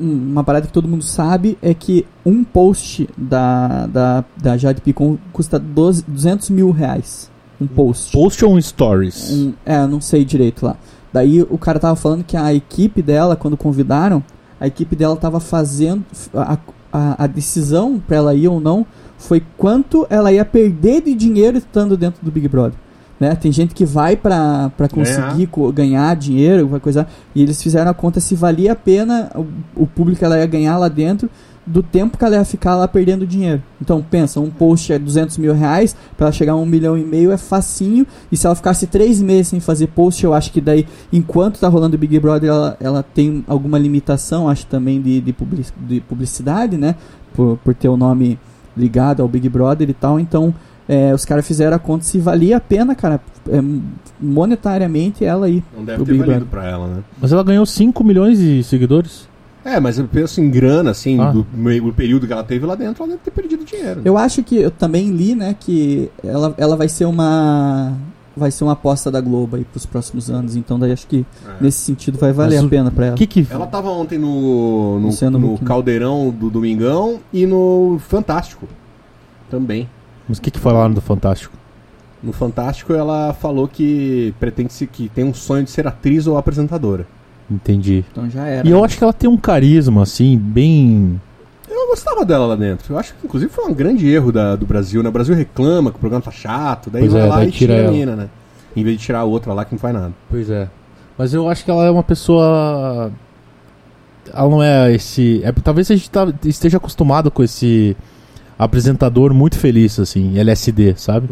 E: um- uma parada que todo mundo sabe é que um post da, da, da Jade Picon custa 12, 200 mil reais.
C: Hum.
E: Um post.
B: Post on Stories.
E: Um, é, eu não sei direito lá. Daí o cara tava falando que a equipe dela, quando convidaram, a equipe dela tava fazendo. A, a, a decisão pra ela ir ou não foi quanto ela ia perder de dinheiro estando dentro do Big Brother. Né? Tem gente que vai pra, pra conseguir co- ganhar dinheiro, alguma coisa. E eles fizeram a conta se valia a pena o, o público que ela ia ganhar lá dentro do tempo que ela ia ficar lá perdendo dinheiro. Então, pensa, um post é 200 mil reais, pra ela chegar a um milhão e meio é facinho, e se ela ficasse três meses sem fazer post, eu acho que daí, enquanto tá rolando o Big Brother, ela, ela tem alguma limitação, acho também, de, de, publici- de publicidade, né, por, por ter o nome ligado ao Big Brother e tal, então... é, os caras fizeram a conta se valia a pena, cara, é, monetariamente ela aí.
C: Não
E: deve Pro ter Big valido
C: pra ela, né?
B: Mas ela ganhou 5 milhões de seguidores.
C: É, mas eu penso em grana, assim,
B: Ah.
C: do meio- do período que ela teve lá dentro, ela deve ter perdido dinheiro. né?
E: Eu acho que eu também li, né, que ela, ela vai ser uma vai ser uma aposta da Globo aí pros próximos anos, então daí acho que nesse sentido vai valer
B: Mas
E: a pena pra ela.
B: O que que.
C: Ela tava ontem no, no,
E: Luciano
C: no
E: Huck, né?
C: Caldeirão do Domingão e no Fantástico também.
B: Mas o que que falaram do Fantástico?
C: No Fantástico ela falou que pretende-se que tem um sonho de ser atriz ou apresentadora.
B: Entendi.
E: Então já era.
B: E eu acho que ela tem um carisma, assim, bem.
C: Eu gostava dela lá dentro. Eu acho que inclusive foi um grande erro da- do Brasil, né? O Brasil reclama que o programa tá chato, daí
B: Pois
C: vai
B: é,
C: lá
B: daí
C: e
B: tira
C: tira, a
B: ela.
C: menina, né? Em vez de tirar a outra lá que não faz nada.
B: Pois é. Mas eu acho que ela é uma pessoa. Ela não é esse. É, talvez a gente tá- esteja acostumado com esse apresentador muito feliz, assim, LSD, sabe?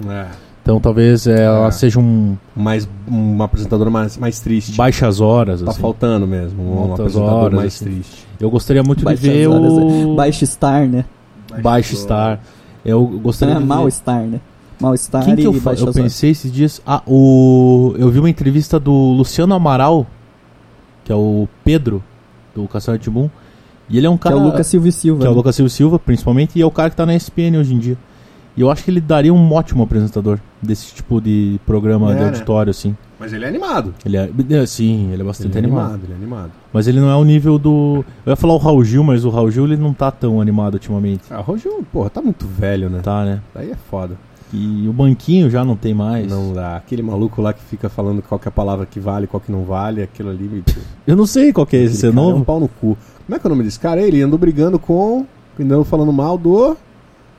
B: Então talvez é, ela
C: É.
B: seja um
C: Mas uma apresentadora mais, mais triste.
B: baixas horas,
C: tá
B: assim.
C: faltando mesmo. Um
B: Altas
C: apresentador
B: horas,
C: mais
B: assim.
C: triste.
B: Eu gostaria muito
E: Baixas
B: de ver
E: horas,
B: o
E: é. Baixo Star, né?
B: Baixo Star. Eu gostaria
E: É,
B: de
E: mal
B: ver...
E: Star, né? Mal Star
B: Quem que
E: e
B: eu, fa...
E: Baixa
B: eu
E: Zona.
B: pensei esses dias? Ah, o... Eu vi uma entrevista do Luciano Amaral, que é o Pedro, do Castelo de Boom. E ele é um
E: Que
B: cara.
E: é o Lucas Silva e Silva.
B: que é o
E: né?
B: Lucas Silva, Silva, principalmente, e é o cara que tá na ESPN hoje em dia. E eu acho que ele daria um ótimo apresentador desse tipo de programa
F: É,
B: de
F: né?
B: auditório, assim.
C: Mas ele é animado.
B: Ele é, é, sim, ele é bastante
C: Ele é
B: animado.
C: animado, ele é animado.
B: Mas ele não é o nível do. Eu ia falar o Raul Gil, mas o Raul Gil ele não tá tão animado ultimamente.
C: Ah, o Rogério, porra, tá muito velho, né?
B: Tá, né?
C: Daí é foda.
B: E o banquinho já não tem mais.
C: Não dá. Aquele maluco lá que fica falando qual que é a palavra que vale, qual que não vale, aquilo ali. me-
B: Eu não sei qual que é esse,
C: Aquele
B: você é
C: cara é um
B: novo?
C: pau no cu. Como é que é o nome desse cara? Ele andou brigando com. Andou falando mal do.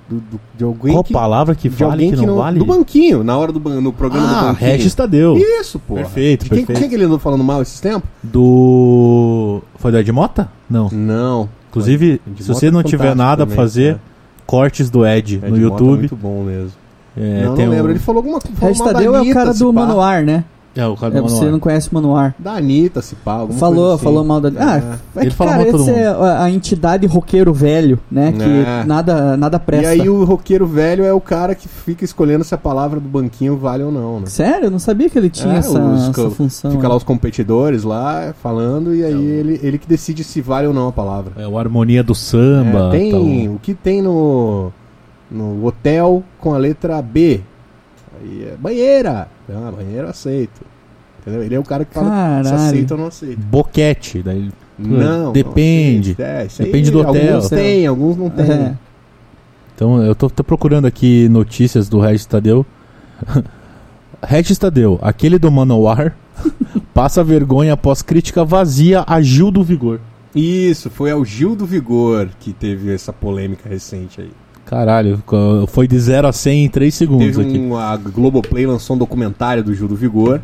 C: do- do- de alguém
B: Qual
C: que.
B: palavra que
C: de
B: vale
C: alguém
B: que, não, vale?
C: Do banquinho, na hora do ban- no programa do
B: ah,
C: banquinho.
B: Regis Tadeu.
C: Isso, pô.
B: Perfeito,
C: de quem,
B: perfeito.
C: Quem é que ele andou falando mal esses tempos?
B: Do. Foi do Ed Mota? Não.
C: Não.
B: Inclusive,
C: Ed
B: se
C: Mota
B: você
C: é
B: não tiver
C: fantástico
B: nada
C: também,
B: pra fazer,
C: né?
B: cortes do Ed,
C: Ed
B: no
C: Mota é
B: YouTube.
C: muito bom mesmo.
B: É,
C: não,
B: tem
C: não lembro.
B: um-
C: Ele falou alguma coisa.
E: Regis Tadeu é o cara do Manoar, né?
B: É, o cara
E: É,
B: do
E: você
B: Manoel.
E: não conhece o Manoar.
C: Da Anitta, se pá, alguma
E: falou,
C: coisa assim.
E: falou mal da. Ah, é
B: Ele
E: que,
B: fala
E: cara,
B: mal de todo
E: essa é a, a entidade roqueiro velho, né?
C: É.
E: Que nada, nada
C: E
E: presta.
C: aí o roqueiro velho é o cara que fica escolhendo se a palavra do banquinho vale ou não, né?
E: Sério? Eu não sabia que ele tinha
C: É,
E: essa,
C: os
E: essa
C: co-
B: Então,
E: função.
C: Fica
E: né?
B: é.
C: lá os competidores lá falando e aí ele, ele que decide se vale ou não a palavra.
B: É o Harmonia do Samba. então.
C: É, tem
B: tal.
C: o que tem no, no hotel com a letra B. Aí é banheira. Ah, banheira eu aceito. Entendeu? Ele é o cara que fala se
E: Caralho.
C: aceita ou não aceita.
B: Boquete. Daí...
C: Não.
B: Depende.
C: não, é, isso aí
B: Depende do hotel.
C: Alguns tem, alguns não tem.
E: É.
B: Então, eu tô, tô procurando aqui notícias do Regis Tadeu. Regis Tadeu, aquele do Manowar, passa vergonha após crítica vazia a Gil do Vigor.
C: Isso, foi ao Gil do Vigor que teve essa polêmica recente aí.
B: Caralho, co- foi de 0 a 100 em 3 segundos
C: Teve
B: aqui.
C: um, a Globoplay lançou um documentário do Gil do Vigor.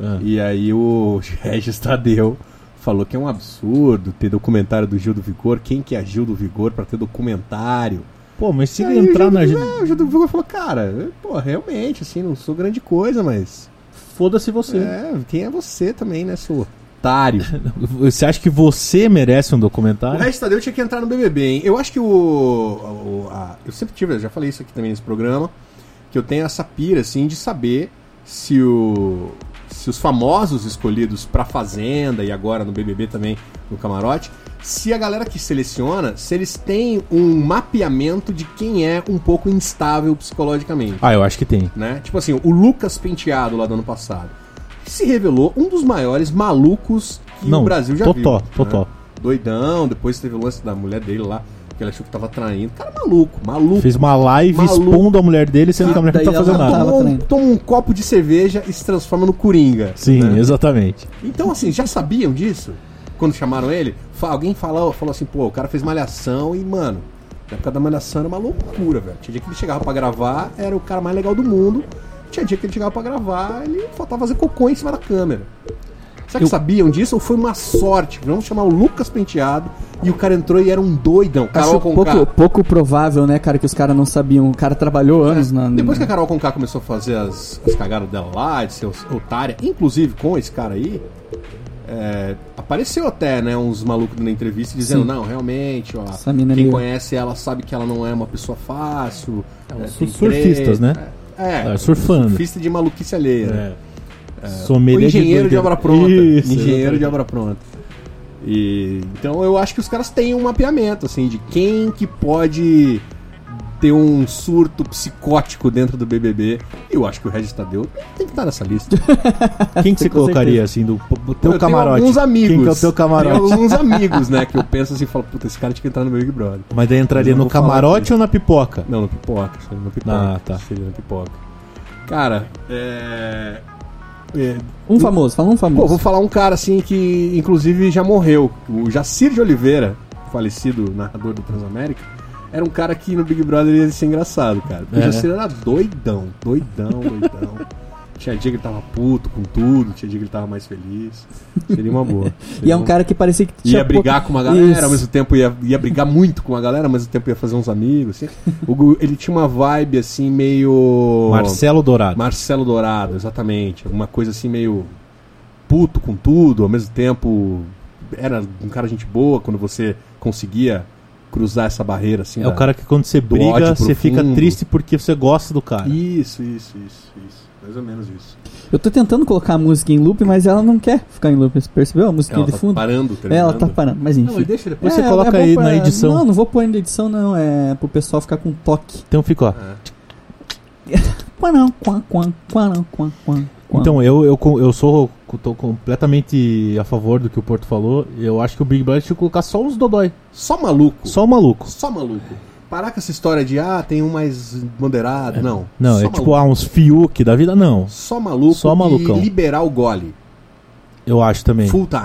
B: É.
C: E aí o Regis Tadeu falou que é um absurdo ter documentário do Gil do Vigor. Quem que é Gil do Vigor pra ter documentário?
B: Pô, mas se
C: E
B: ele
C: aí o
B: entrar
C: Gil
B: na.
C: do Vigor- é, o Gil do Vigor falou, cara, pô, realmente, assim, não sou grande coisa, mas...
B: Foda-se você.
C: É, quem é você também, né, seu otário?
B: Você acha que você merece um
C: O
B: documentário?
C: Regis Tadeu tinha que entrar no BBB, hein? Eu acho que o. o- a- eu sempre tive, eu já falei isso aqui também nesse programa, que eu tenho essa pira, assim, de saber se o. Se os famosos escolhidos pra Fazenda e agora no BBB também, no Camarote, se a galera que seleciona, se eles têm um mapeamento de quem é um pouco instável psicologicamente
B: Ah, eu acho que tem.
C: né? Tipo assim, o Lucas Penteado lá do ano passado se revelou um dos maiores malucos que
B: Não,
C: o Brasil já
B: totó,
C: viu.
B: totó.
C: né? Doidão, depois teve o lance da mulher dele lá, que ele achou que tava traindo. Cara, maluco, maluco.
B: Fez uma live
C: Maluco.
B: expondo a mulher dele, sendo que a mulher
E: Daí
B: não tá
E: ela
B: fazendo
E: não
B: nada.
E: tava
C: Toma um,
E: traindo.
C: toma um copo de cerveja e se transforma no Coringa.
B: Sim,
C: né?
B: exatamente.
C: Então, assim, já sabiam disso? Quando chamaram ele? Fa- Alguém falou, falou assim, pô, o cara fez malhação e, mano, na época da malhação era uma loucura, velho. Tinha dia que ele chegava pra gravar, era o cara mais legal do mundo. Tinha dia que ele chegava pra gravar, ele faltava fazer cocô em cima da câmera. Será que
B: Eu-
C: sabiam disso ou foi uma sorte? Vamos chamar o Lucas Penteado e o cara entrou e era um doidão. Carol
E: Acho pouco,
C: Conká.
E: pouco provável, né, cara, que os caras não sabiam. O cara trabalhou anos na.
C: É, Depois que a Carol Conká começou a fazer as, as cagadas dela lá, de ser os- otária, inclusive com esse cara aí, é, apareceu até, né, uns malucos na entrevista dizendo,
E: Sim.
C: não, realmente, ó,
E: Essa mina é
C: quem
E: ali.
C: conhece ela sabe que ela não é uma pessoa fácil. É,
B: os
C: tem
B: surfistas,
C: treta,
B: né?
C: É,
B: É, surfando. É.
C: surfista de maluquice alheia. né?
B: Sommelier
C: O engenheiro de
B: doideira.
C: obra pronta.
B: Isso,
C: engenheiro
B: exatamente.
C: de obra pronta. E, então eu acho que os caras têm um mapeamento, assim, de quem que pode ter um surto psicótico dentro do BBB. E eu acho que o Regis Tadeu tem que estar nessa lista.
B: Quem que você
E: Com
B: colocaria, assim, do do teu
C: eu
B: camarote?
C: tenho alguns amigos.
B: Quem que é o teu camarote?
C: Tenho alguns amigos, né, que eu penso assim, falo, puta, esse cara tinha que entrar no Big Brother.
B: Mas daí entraria
C: Eu não
B: no
C: vou falar
B: camarote
C: disso.
B: ou na pipoca?
C: Não, no pipoca. Seria no pipoca.
B: Ah, tá.
C: Seria no pipoca. Cara, é... é,
E: Um famoso, fala um famoso.
C: Pô, vou falar um cara assim que inclusive já morreu. O Jacir de Oliveira, falecido narrador do Transamérica, era um cara que no Big Brother ia ser engraçado, cara. O
E: né?
B: É.
C: Jacir era doidão, doidão, doidão. tinha dia que ele tava puto com tudo, tinha dia que ele tava mais feliz. Seria uma boa.
E: E
C: Seria
E: é um
C: uma-
E: cara que parecia que
C: Ia
E: pouco-
C: brigar com uma galera,
E: Isso.
C: ao mesmo tempo ia, ia brigar muito com uma galera, ao mesmo tempo ia fazer uns amigos. Assim. O Gu- ele tinha uma vibe assim meio.
B: Marcelo Dourado.
C: Marcelo Dourado, exatamente. Alguma coisa assim meio puto com tudo, ao mesmo tempo era um cara gente boa quando você conseguia cruzar essa barreira assim.
B: É o
C: da-
B: cara que quando você briga,
C: ódio
B: você fica
C: profundo.
B: triste porque você gosta do cara.
C: Isso, isso, isso, isso. Mais ou menos isso.
E: Eu tô tentando colocar a música em loop, mas ela não quer ficar em loop. Você percebeu a
B: é
E: musiquinha
C: Ela
E: de
C: tá
E: fundo?
C: parando, terminando.
E: ela tá parando, mas enfim.
D: Não, e deixa depois.
B: Depois você
E: É,
B: coloca
E: é bom
B: aí na edição.
E: Não, não vou pôr na edição, não. É pro pessoal ficar com toque.
B: Então fica, ó.
C: É.
E: Quanão, quan, quan, quanão, quan, quan, quan.
B: Então, eu, eu, co- eu sou tô completamente a favor do que o Porto falou. Eu acho que o Big Brother tinha que colocar só uns dodói.
C: Só maluco.
B: Só o maluco.
C: Só maluco. Parar com essa história de, ah, tem um mais moderado. Não.
B: Não,
C: Só
B: é tipo,
C: maluco.
B: ah, uns Fiuk da vida? Não.
C: Só maluco
B: Só malucão.
C: e liberar o gole.
B: Eu acho também.
C: Full time.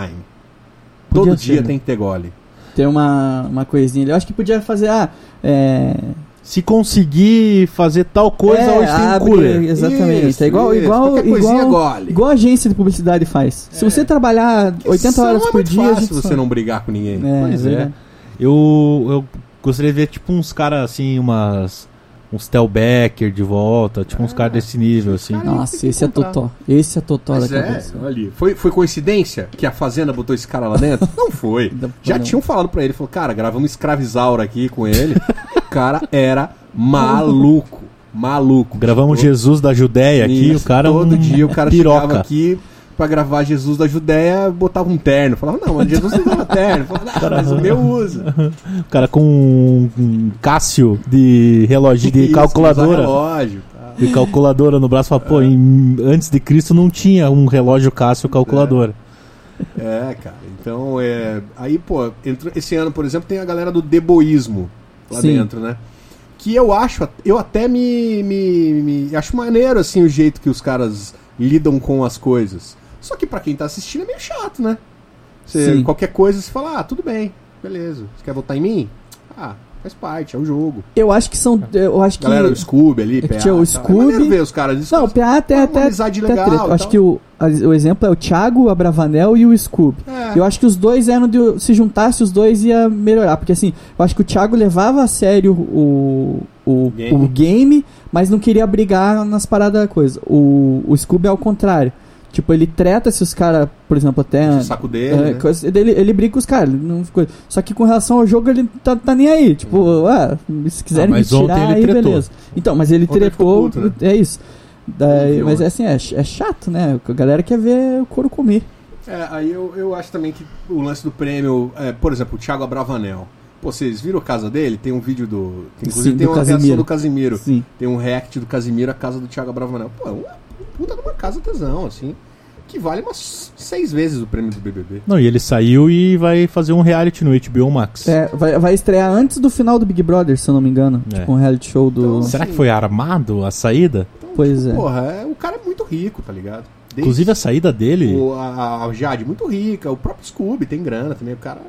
B: Podia
C: Todo
B: ser,
C: dia
B: né?
C: tem que ter gole.
E: Tem uma, uma coisinha ali. Eu acho que podia fazer, ah, é...
B: Se conseguir fazer tal coisa,
E: é,
B: hoje tem um
E: abre-
B: cooler.
E: Exatamente.
C: Isso,
E: é igual,
C: isso.
E: igual,
C: Qualquer coisinha é
E: igual,
C: gole.
E: igual a agência de publicidade faz. Se você trabalhar 80
C: Só
E: horas
C: é
E: por
C: muito
E: dia, a
C: fácil
E: gente
C: você
E: só-
C: não brigar com ninguém.
E: É,
B: Pois é.
E: verdade.
B: Eu, eu gostaria de ver, tipo, uns caras assim, umas. Uns Telbecker de volta, tipo,
C: Ah,
B: uns caras desse nível, assim.
C: um
E: Nossa, esse é totó. Esse é totó
C: Mas
E: da
C: é,
E: cabeça.
C: olha ali. Foi, foi coincidência que a Fazenda botou esse cara lá dentro? Não foi.
E: Não foi,
C: Já
E: não.
C: tinham falado pra ele, falou, cara, gravamos escravizaura aqui com ele. o cara era maluco. Maluco.
B: Gravamos
C: Todo-
B: Jesus da Judéia aqui,
C: Isso,
B: o cara.
C: Todo
B: um
C: dia o cara
B: piroca.
C: chegava aqui pra gravar Jesus da Judéia, botava um terno. Falava, não, mas Jesus não dava terno. Falava, não, mas o meu usa.
B: O cara com um, um Cássio de relógio, de
C: Isso, usa
B: calculadora.
C: relógio, tá.
B: De calculadora no braço. Fala, pô, em- antes de Cristo não tinha um relógio Cássio calculadora.
C: É, cara. Então, é. Aí, pô, entrou... esse ano, por exemplo, tem a galera do deboísmo lá
E: Sim.
C: dentro, né? Que eu acho, eu até me, me, me- Acho maneiro, assim, o jeito que os caras lidam com as coisas. Só que pra quem tá assistindo é meio chato, né? Você-
E: Sim.
C: qualquer coisa você fala, ah, tudo bem, beleza. Você quer votar em mim? Ah, faz parte, é o jogo.
E: Eu acho que são. Eu acho que.
C: Galera do Scooby ali,
E: que
C: PA,
E: tinha o
C: tá? É maneiro
E: Scooby-
C: ver os caras
E: Não, o
C: discussão.
E: PA até.
C: Uma
E: até,
C: amizade
E: até
C: legal
E: treta. Eu
C: e
E: acho
C: tal.
E: que o, a- o exemplo é o Thiago, a Bravanel e o
C: É.
E: Scooby. Eu acho que os dois eram de. Se juntasse os dois ia melhorar. Porque assim, eu acho que o Thiago levava a sério o. O
C: Game.
E: o game, mas não queria brigar nas paradas da coisa. O, o Scooby é ao contrário. Tipo, ele treta se os caras, por exemplo, até.
C: O saco dele.
E: É,
C: né?
E: coisa- ele, ele briga com os caras. ele não ficou- Só que com relação ao jogo, ele tá, tá nem aí.
C: Uhum.
E: Tipo, ah, se quiserem
B: Ah,
E: me
B: mas ontem
E: tirar,
B: ele
E: aí
B: tretou.
E: beleza. Então, mas ele
C: Ontem ele
E: tretou.
C: ficou puto, né?
E: É isso. Daí-
C: Ele
E: mas
C: viu. né?
E: é assim, é, ch- é chato, né? A galera quer ver o couro comer.
C: É, aí eu, eu acho também que o lance do prêmio, é, por exemplo, o Thiago Abravanel. Pô, vocês viram a casa dele? Tem um vídeo do. tem- inclusive
E: Sim,
C: tem
E: do
C: uma reação
E: Casimiro.
C: do Casimiro.
E: Sim.
C: Tem um react do Casimiro à casa do Thiago Abravanel. Pô, é uma puta de uma casa tesão, assim. Que vale umas seis vezes o prêmio do BBB.
B: Não, e ele saiu e vai fazer um reality no HBO Max.
E: É, vai, vai estrear antes do final do Big Brother, se eu não me engano.
B: É.
E: Tipo um reality show do.
C: Então,
B: Será que
C: Sim.
B: foi armado a saída?
E: pois é.
C: Porra, é, o cara é muito rico, tá ligado? Desde
B: Inclusive a saída
E: assim,
B: dele.
C: o, a, a Jade, muito rica. O próprio Scooby tem grana também. O cara.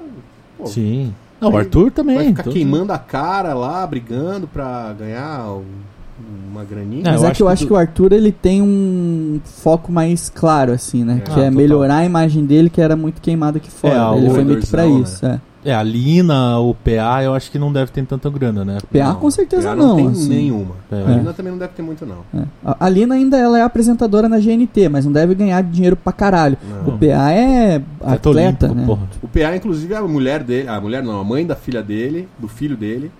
C: Pô,
B: Sim. Não, o
C: Aí
B: Arthur também. então,
C: Vai ficar
B: todo-
C: queimando a cara lá, brigando pra ganhar um- uma graninha.
B: É,
E: Mas
B: eu
E: é
B: acho
E: que eu
B: que
E: acho
B: tu-
E: que o Arthur ele tem um foco mais claro, assim, né?
C: Ah,
E: que é
B: total.
E: melhorar a imagem dele, que era muito queimado aqui fora.
B: É,
E: ele
B: o
E: foi meio que pra
C: doidorzão,
E: isso. É.
B: É, a Lina, o PA, eu acho que não deve ter tanta grana, né?
E: PA
C: Não,
E: com certeza
C: Ela
E: não.
C: não tem
E: assim.
C: nenhuma.
B: É.
C: A Lina também não deve ter muito, não.
E: É. A a Lina ainda ela é apresentadora na GNT, mas não deve ganhar dinheiro pra caralho.
C: Não.
E: O PA é atleta,
B: Olímpico,
E: né?
B: porra.
C: O PA, inclusive, a mulher dele, a mulher não, a mãe da filha dele, do filho dele,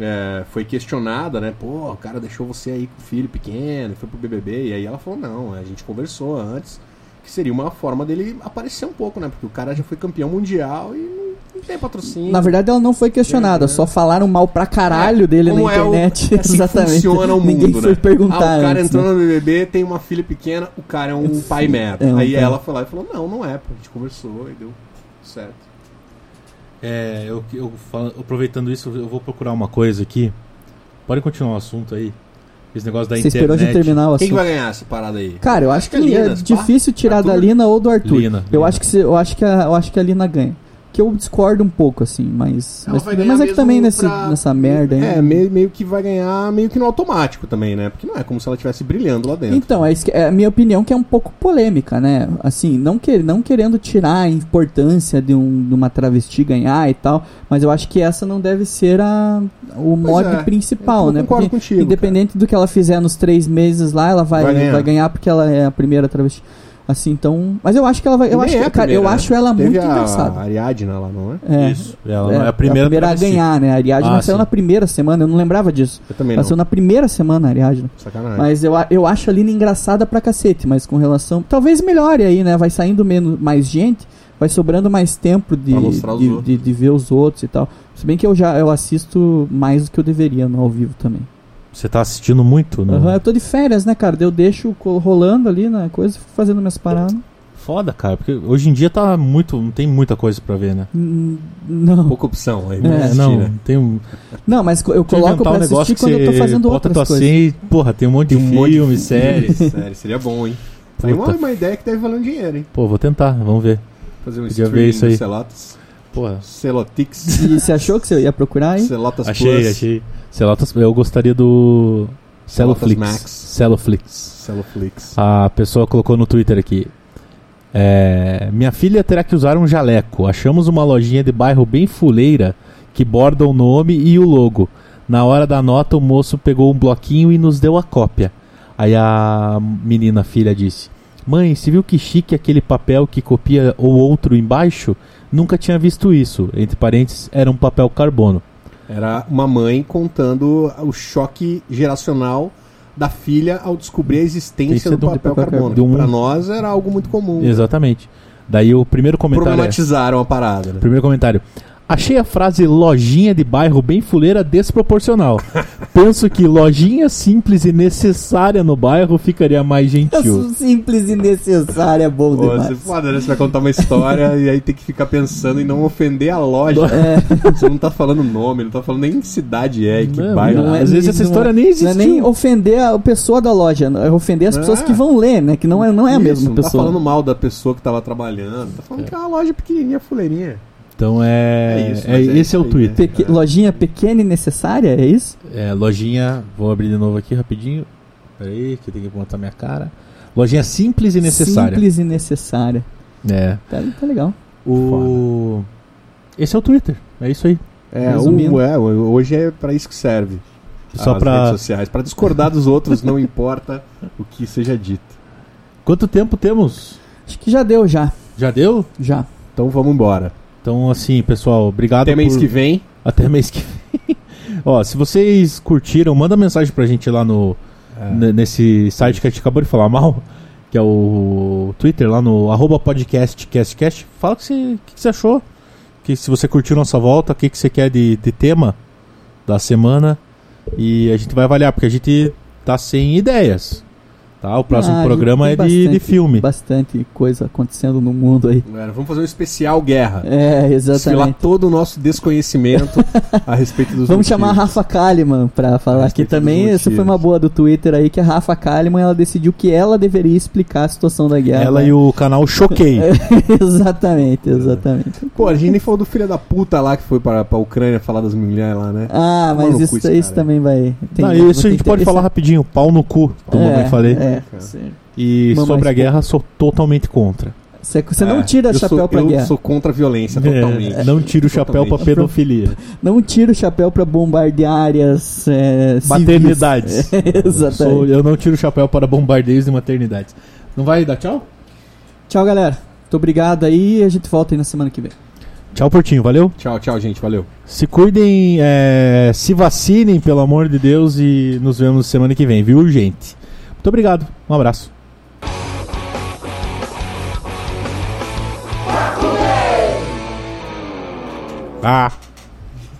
C: é, foi questionada, né? Pô, o cara deixou você aí com o filho pequeno, foi pro BBB. E aí ela falou: não, a gente conversou antes, que seria uma forma dele aparecer um pouco, né? Porque o cara já foi campeão mundial e não, não tem patrocínio.
E: Na verdade, ela não foi questionada, só falaram mal pra caralho dele
C: Como
E: na
C: né? é o-
E: internet.
C: é assim que funciona o mundo,
E: Ninguém
C: né?
E: foi perguntar.
C: Ah, o cara
E: antes,
C: entrou
E: né?
C: no BBB, tem uma filha pequena, o cara é um pai merda.
E: é um
C: aí
E: pai.
C: ela foi lá e falou: não, não é, pô, a gente conversou e deu certo.
B: É, eu, eu fal- aproveitando isso, eu vou procurar uma coisa aqui. Pode continuar o assunto aí. Esse negócio da
E: Você
B: internet.
E: esperou a gente terminar o
C: Quem que
E: assunto.
C: vai ganhar essa parada aí?
E: Cara, eu acho que
C: Acho que é
E: é
C: Linas, pá.
E: difícil tirar da
C: Arthur.
E: Lina ou do Arthur.
B: Lina,
E: eu,
B: Lina.
E: Acho que se, eu, acho que a, eu acho que a Lina ganha. Que eu discordo um pouco, assim, mas.
C: Ela
E: Mas,
C: vai ganhar
E: mas é que
C: mesmo
E: também nesse,
C: pra-
E: nessa merda aí.
C: É,
E: né?
C: meio, meio que vai ganhar meio que no automático também, né? Porque não é como se ela estivesse brilhando lá dentro.
E: Então, é, isso que- é a minha opinião que é um pouco polêmica, né? Assim, não, que, não querendo tirar a importância de, um, de uma travesti ganhar e tal, mas eu acho que essa não deve ser a, o modo
C: é,
E: principal,
C: eu
E: né?
C: concordo contigo,
E: Independente do que ela fizer nos três meses lá, ela vai,
C: Vai
E: vai,
C: ganhar.
E: ganhar. porque ela é a primeira travesti. Assim, então. Mas eu acho que ela vai. Eu,
C: Nem
E: acho,
C: é
E: que-
C: a
E: cara,
C: primeira,
E: eu
C: né?
E: acho ela
C: Teve
E: muito
C: a
E: engraçada.
C: Ariadna lá, não é?
E: É.
B: Isso. Ela não é a primeira,
E: a, primeira a
B: travesti.
E: ganhar, né? A Ariadna
B: Ah,
E: saiu
B: sim.
E: na primeira semana, eu não lembrava disso.
C: Eu também
E: Ela
C: não.
E: saiu na primeira semana, a Ariadna.
C: Sacanagem.
E: Mas eu, a- eu acho a Lina engraçada pra cacete, mas com relação. Talvez melhore aí, né? Vai saindo menos, mais gente, vai sobrando mais tempo de,
C: Pra mostrar os
E: de,
C: outros.
E: de- de ver os outros e tal. Se bem que eu já eu assisto mais do que eu deveria no ao vivo também.
B: Você tá assistindo muito,
C: Uhum.
B: né?
E: Aham, eu tô de férias, né, cara? Daí Eu deixo o co- rolando ali na coisa, fico fazendo minhas paradas.
B: Foda, cara, porque hoje em dia tá muito. Não tem muita coisa pra ver, né?
E: Hum, Não.
C: Pouca opção aí.
E: É,
C: assistir,
B: não,
C: né?
B: tem um.
E: Não, mas co- eu
B: Deixa eu um
E: coloco pra assistir quando eu tô fazendo
B: bota
E: outras
B: tua
E: coisas.
B: senha e, porra, tem um monte de filme, série.
C: Sério, seria bom, hein? Tem uma,
B: Puta.
C: uma ideia que deve valer um dinheiro, hein?
B: Pô, vou tentar, vamos ver.
C: Fazer um
B: Podia ver
C: streaming
B: isso aí.
C: do Celotes.
B: Porra,
C: Celotix.
E: E você achou que você ia procurar aí?
C: Celotas
B: achei,
C: Plus.
B: achei. Celotas, eu gostaria do. Celoflix.
C: Max.
B: Celoflix.
C: Celoflix.
B: A pessoa colocou no Twitter aqui. É, minha filha terá que usar um jaleco. Achamos uma lojinha de bairro bem fuleira que borda o nome e o logo. Na hora da nota, o moço pegou um bloquinho e nos deu a cópia. Aí a menina filha disse: Mãe, você viu que chique aquele papel que copia o outro embaixo? Nunca tinha visto isso. Entre parênteses, era um papel carbono.
C: Era uma mãe contando o choque geracional da filha ao descobrir a
B: Tem que
C: existência do
B: ser um do
C: papel,
E: papel
C: carbono.
B: carbono.
C: Pra nós era algo muito comum.
B: é Exatamente. Daí o primeiro comentário. é-
C: Problematizaram a parada. Né?
B: Primeiro comentário. Achei a frase lojinha de bairro bem fuleira desproporcional. Penso que lojinha simples e necessária no bairro ficaria mais gentil.
E: Simples e necessário é bom
C: Pô,
E: demais.
C: você, é foda, né? Você vai contar uma história e aí tem que ficar pensando em não ofender a loja. Você não tá falando nome, não tá falando nem que cidade é, e que
B: Não,
E: Então,
C: bairro.
B: não Tá, Às vezes essa
E: não
B: história nem
E: Não é
B: existiu.
E: nem ofender a pessoa da loja, é ofender as pessoas
C: Ah.
E: que vão ler, né? Que não é, não é a
C: Isso,
E: mesma
C: não
E: pessoa.
C: tá falando mal da pessoa que tava trabalhando. Tá falando que é uma loja pequenininha, fuleirinha.
B: Então é.
C: É isso,
B: é-
C: mas é
B: esse é o
C: isso aí,
B: tweet.
C: né?
E: Peque- Lojinha pequena e necessária, é isso?
B: É, lojinha. Vou abrir de novo aqui rapidinho. Peraí, que eu tenho que botar minha cara. Lojinha simples e necessária.
E: Simples e necessária.
B: É.
E: Tá, tá legal.
B: O. Esse é o Twitter. É isso aí.
C: É,
E: Resumindo.
C: o, é, o- hoje é pra isso que serve.
B: Só
C: as
B: pra.
C: redes sociais. Pra discordar dos outros, não importa o que seja dito.
B: Quanto tempo temos?
E: Acho que já deu, já.
B: Já deu?
E: Já.
C: Então vamos embora.
B: Então, assim, pessoal, obrigado
C: Até mês
B: por-
C: que vem.
B: Até mês que vem. Ó, se vocês curtiram, manda mensagem pra gente lá no.
E: É.
B: n- Nesse site que a gente acabou de falar mal, que é o Twitter, lá no arroba podcast, cast, cast. Fala o que você, o que você achou. Que se você curtiu nossa volta, o que, que você quer de, de tema da semana. E a gente vai avaliar, porque a gente tá sem ideias. Tá? O próximo
E: Ah, a gente
B: programa
E: tem
B: é de, de
E: bastante-
B: filme.
E: Bastante coisa acontecendo no mundo aí.
C: Galera, vamos fazer um especial guerra.
E: É,
C: Desfilar
E: exatamente.
C: todo o nosso desconhecimento a respeito dos
E: Vamos
C: motivos.
E: chamar a Rafa Kalimann pra falar aqui
C: respeito dos
E: também. Essa
C: motivos.
E: foi uma boa do Twitter aí, que a Rafa Kalimann ela decidiu que ela deveria explicar a situação da guerra.
B: Ela e o canal Choquei.
E: exatamente, exatamente.
C: Pô, a gente nem falou do filho da puta lá que foi pra, pra Ucrânia falar das mulheres lá, né?
E: Ah,
C: Tomar
E: mas
C: no
E: isso,
C: cu esse
E: isso
C: cara.
E: também vai. tem-
B: Não,
E: vai
B: isso
E: ter
B: a gente pode
E: interesse.
B: falar rapidinho, pau no cu, como
E: é,
B: eu falei.
E: É,
C: Cara.
E: você-
B: E
E: Mamãe
B: sobre a
E: Esponja.
B: guerra, sou totalmente contra.
E: você você não
C: É,
E: tira
C: eu
E: chapéu
C: sou,
E: pra
C: eu
E: guerra.
C: sou contra a violência, totalmente.
B: É, não tiro o chapéu pra
C: Totalmente.
B: pedofilia.
E: Não tira o chapéu pra bombardear áreas. É, civis.
B: Maternidades.
E: Exatamente.
B: Sou- eu não tiro o chapéu para bombardeios de maternidades. Não vai dar tchau?
E: Tchau, galera. Muito obrigado aí. A gente volta aí na semana que vem.
B: Tchau, Portinho. Valeu?
C: Tchau, tchau, gente. Valeu.
B: Se cuidem, é, se vacinem, pelo amor de Deus, e nos vemos semana que vem, viu, gente? Muito obrigado. Um abraço. Ah.